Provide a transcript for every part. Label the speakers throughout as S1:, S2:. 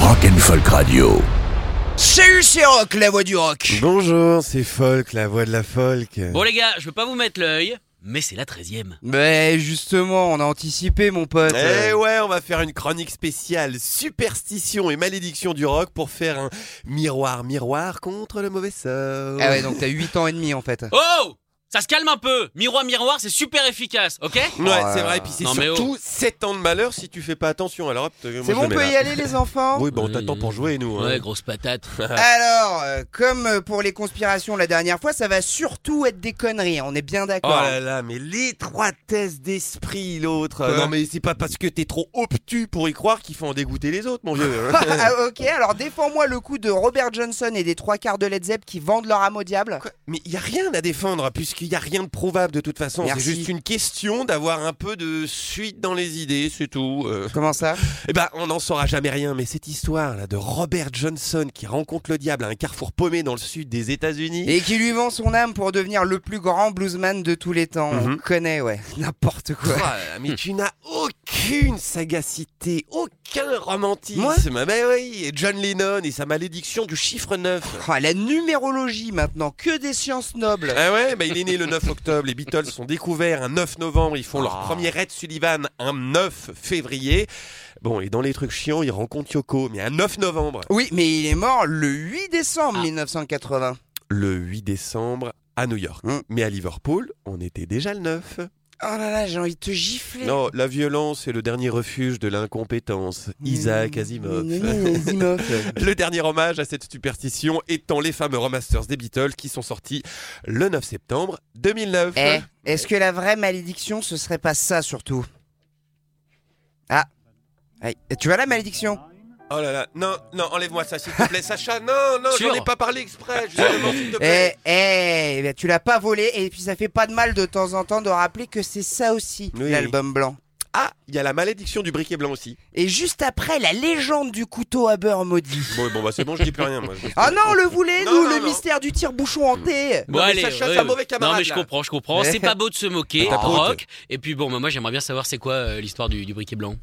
S1: Rock'n'Folk Radio. Salut, c'est Rock, la voix du rock.
S2: Bonjour, c'est Folk, la voix de la folk.
S3: Bon les gars, je veux pas vous mettre l'œil, mais c'est la 13e.
S4: Mais justement, on a anticipé, mon pote.
S2: Eh ouais, on va faire une chronique spéciale superstition et malédiction du rock pour faire un miroir miroir contre le mauvais sort.
S4: Ah ouais, donc t'as 8 ans et demi en fait.
S3: Oh Ça se calme un peu Miroir miroir, c'est super efficace, ok
S2: Ouais,
S4: Ah.
S2: c'est vrai, puis c'est
S3: Non, mais oh.
S2: surtout 7 ans de malheur si tu fais pas attention. Alors hop, moi, je
S4: C'est bon,
S2: le
S4: on
S2: mets
S4: peut
S2: là.
S4: y aller, les enfants
S2: Oui, bah on t'attend pour jouer, nous. hein.
S3: Ouais, grosse patate.
S4: Alors, euh, comme euh, pour les conspirations la dernière fois, ça va surtout être des conneries, on est bien
S2: Oh
S4: d'accord.
S2: là là, mais l'étroitesse d'esprit, l'autre.
S4: Quoi
S2: non, mais c'est pas parce que t'es trop obtus pour y croire qu'il faut en dégoûter les autres, mon vieux.
S4: Ah, ok, alors défends-moi le coup de Robert Johnson et des trois quarts de Led Zepp qui vendent leur âme au diable.
S2: Mais il y a rien à défendre puisqu'il y a rien de prouvable de toute façon. C'est
S4: Merci.
S2: juste une question d'avoir un peu de suite dans les idées, c'est tout. Euh,
S4: Comment ça
S2: Eh ben, on n'en saura jamais rien. Mais cette histoire là de Robert Johnson qui rencontre le diable à un carrefour paumé dans le sud des États-Unis.
S4: Et qui lui vend son âme pour devenir le plus grand bluesman de tous les temps. On
S2: Mhm.
S4: connaît, ouais, n'importe quoi.
S2: Oh là là, mais tu n'as aucune sagacité, aucun romantisme.
S4: Moi
S2: Mais oui, et John Lennon et sa malédiction du chiffre 9.
S4: Oh, la numérologie maintenant, que des sciences nobles.
S2: Ah ouais, bah il est né le 9 octobre. Les Beatles sont découverts un 9 novembre. Ils font leur premier Ed Sullivan un 9 février. Bon, et dans les trucs chiants, ils rencontrent Yoko, mais un 9 novembre.
S4: Oui, mais il est mort le 8
S2: Ah.
S4: décembre 1980.
S2: Le 8 décembre à New York.
S4: Hmm.
S2: Mais à Liverpool, on était déjà le 9.
S4: Oh là là, j'ai envie de te gifler.
S2: Non, la violence est le dernier refuge de l'incompétence.
S4: Mmh.
S2: Isaac Asimov.
S4: Asimov.
S2: Le dernier hommage à cette superstition étant les fameux remasters des Beatles qui sont sortis le 9 septembre 2009.
S4: Eh, est-ce que la vraie malédiction, ce serait pas ça surtout Ah. Aïe. Tu vois la malédiction
S2: Oh là là, non, non, enlève-moi ça, s'il te plaît, Sacha. Non, non,
S3: Sûr
S2: j'en ai pas parlé exprès, justement, s'il te
S4: Eh,
S2: plaît.
S4: eh, ben, tu l'as pas volé et puis ça fait pas de mal de temps en temps de rappeler que c'est ça aussi,
S2: Oui.
S4: l'album blanc.
S2: Ah, il y a la malédiction du briquet blanc aussi.
S4: Et juste après, la légende du couteau à beurre maudit.
S2: Bon, bon, bah c'est bon, je dis plus rien, moi.
S4: Ah non, on le voulez,
S2: Non,
S4: nous,
S2: non,
S4: le
S2: non.
S4: mystère du tire-bouchon hanté
S2: Non, mais Sacha, c'est un mauvais camarade,
S3: Non, mais je
S2: là.
S3: comprends, je comprends. C'est pas beau de se moquer,
S2: Ta pote.
S3: rock. Et puis bon, bah, moi j'aimerais bien savoir c'est quoi euh, l'histoire du, du briquet blanc.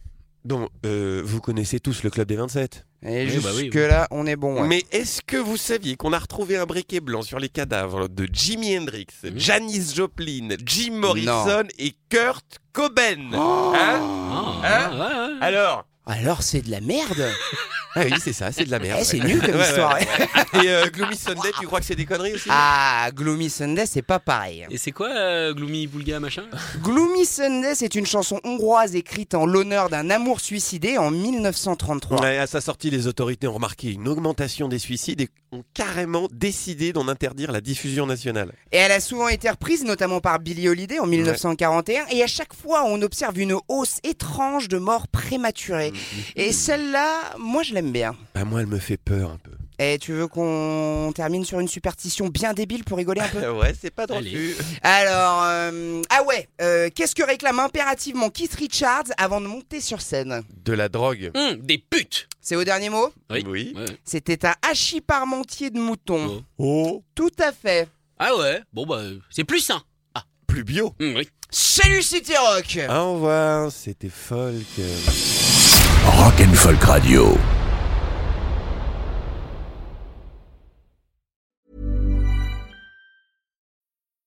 S2: Donc, euh, vous connaissez tous le club des 27.
S4: Et
S3: Oui, bah oui, oui.
S4: jusque-là, on est bon. hein. ouais.
S2: Mais est-ce que vous saviez qu'on a retrouvé un briquet blanc sur les cadavres de Jimi Hendrix,
S3: Mmh.
S2: Janis Joplin, Jim Morrison et Kurt Cobain
S4: Oh
S2: Hein
S3: Ah,
S2: Hein
S3: ouais, ouais.
S2: Alors
S4: Alors c'est de la merde
S2: Ah oui, c'est ça, c'est de la merde.
S4: Eh, c'est nul comme
S2: Ouais, ouais,
S4: histoire. eh.
S2: ouais. Et euh, Gloomy Sunday, tu crois que c'est des conneries aussi
S4: Ah, Gloomy Sunday, c'est pas pareil.
S3: Et c'est quoi euh, Gloomy Boulga machin
S4: Gloomy Sunday, c'est une chanson hongroise écrite en l'honneur d'un amour suicidé en 1933.
S2: Ouais, à sa sortie, les autorités ont remarqué une augmentation des suicides et ont carrément décidé d'en interdire la diffusion nationale.
S4: Et elle a souvent été reprise, notamment par Billie Holiday en 1941. Et à chaque fois, on observe une hausse étrange de morts prématurées.
S2: Mm,
S4: Et celle-là, moi, je l'aime bien.
S2: Bah moi, elle me fait peur un peu.
S4: Et tu veux qu'on termine sur une superstition bien débile pour rigoler un peu
S2: Euh, ouais, c'est pas drôle.
S3: Allez.
S4: Alors, euh, ah ouais, euh, qu'est-ce que réclame impérativement Keith Richards avant de monter sur scène
S2: De la drogue.
S3: Hum, Des putes
S4: C'est au dernier mot
S3: Oui.
S2: Oui.
S3: Ouais, ouais.
S4: C'était un hachis parmentier de mouton.
S2: Oh,
S3: Oh.
S4: Tout à fait.
S3: Ah ouais Bon bah, euh, c'est plus sain.
S2: plus bio.
S3: Hum, oui.
S4: Salut, c'était Rock
S2: Au revoir, c'était folk.
S1: Rock'n'Folk Radio.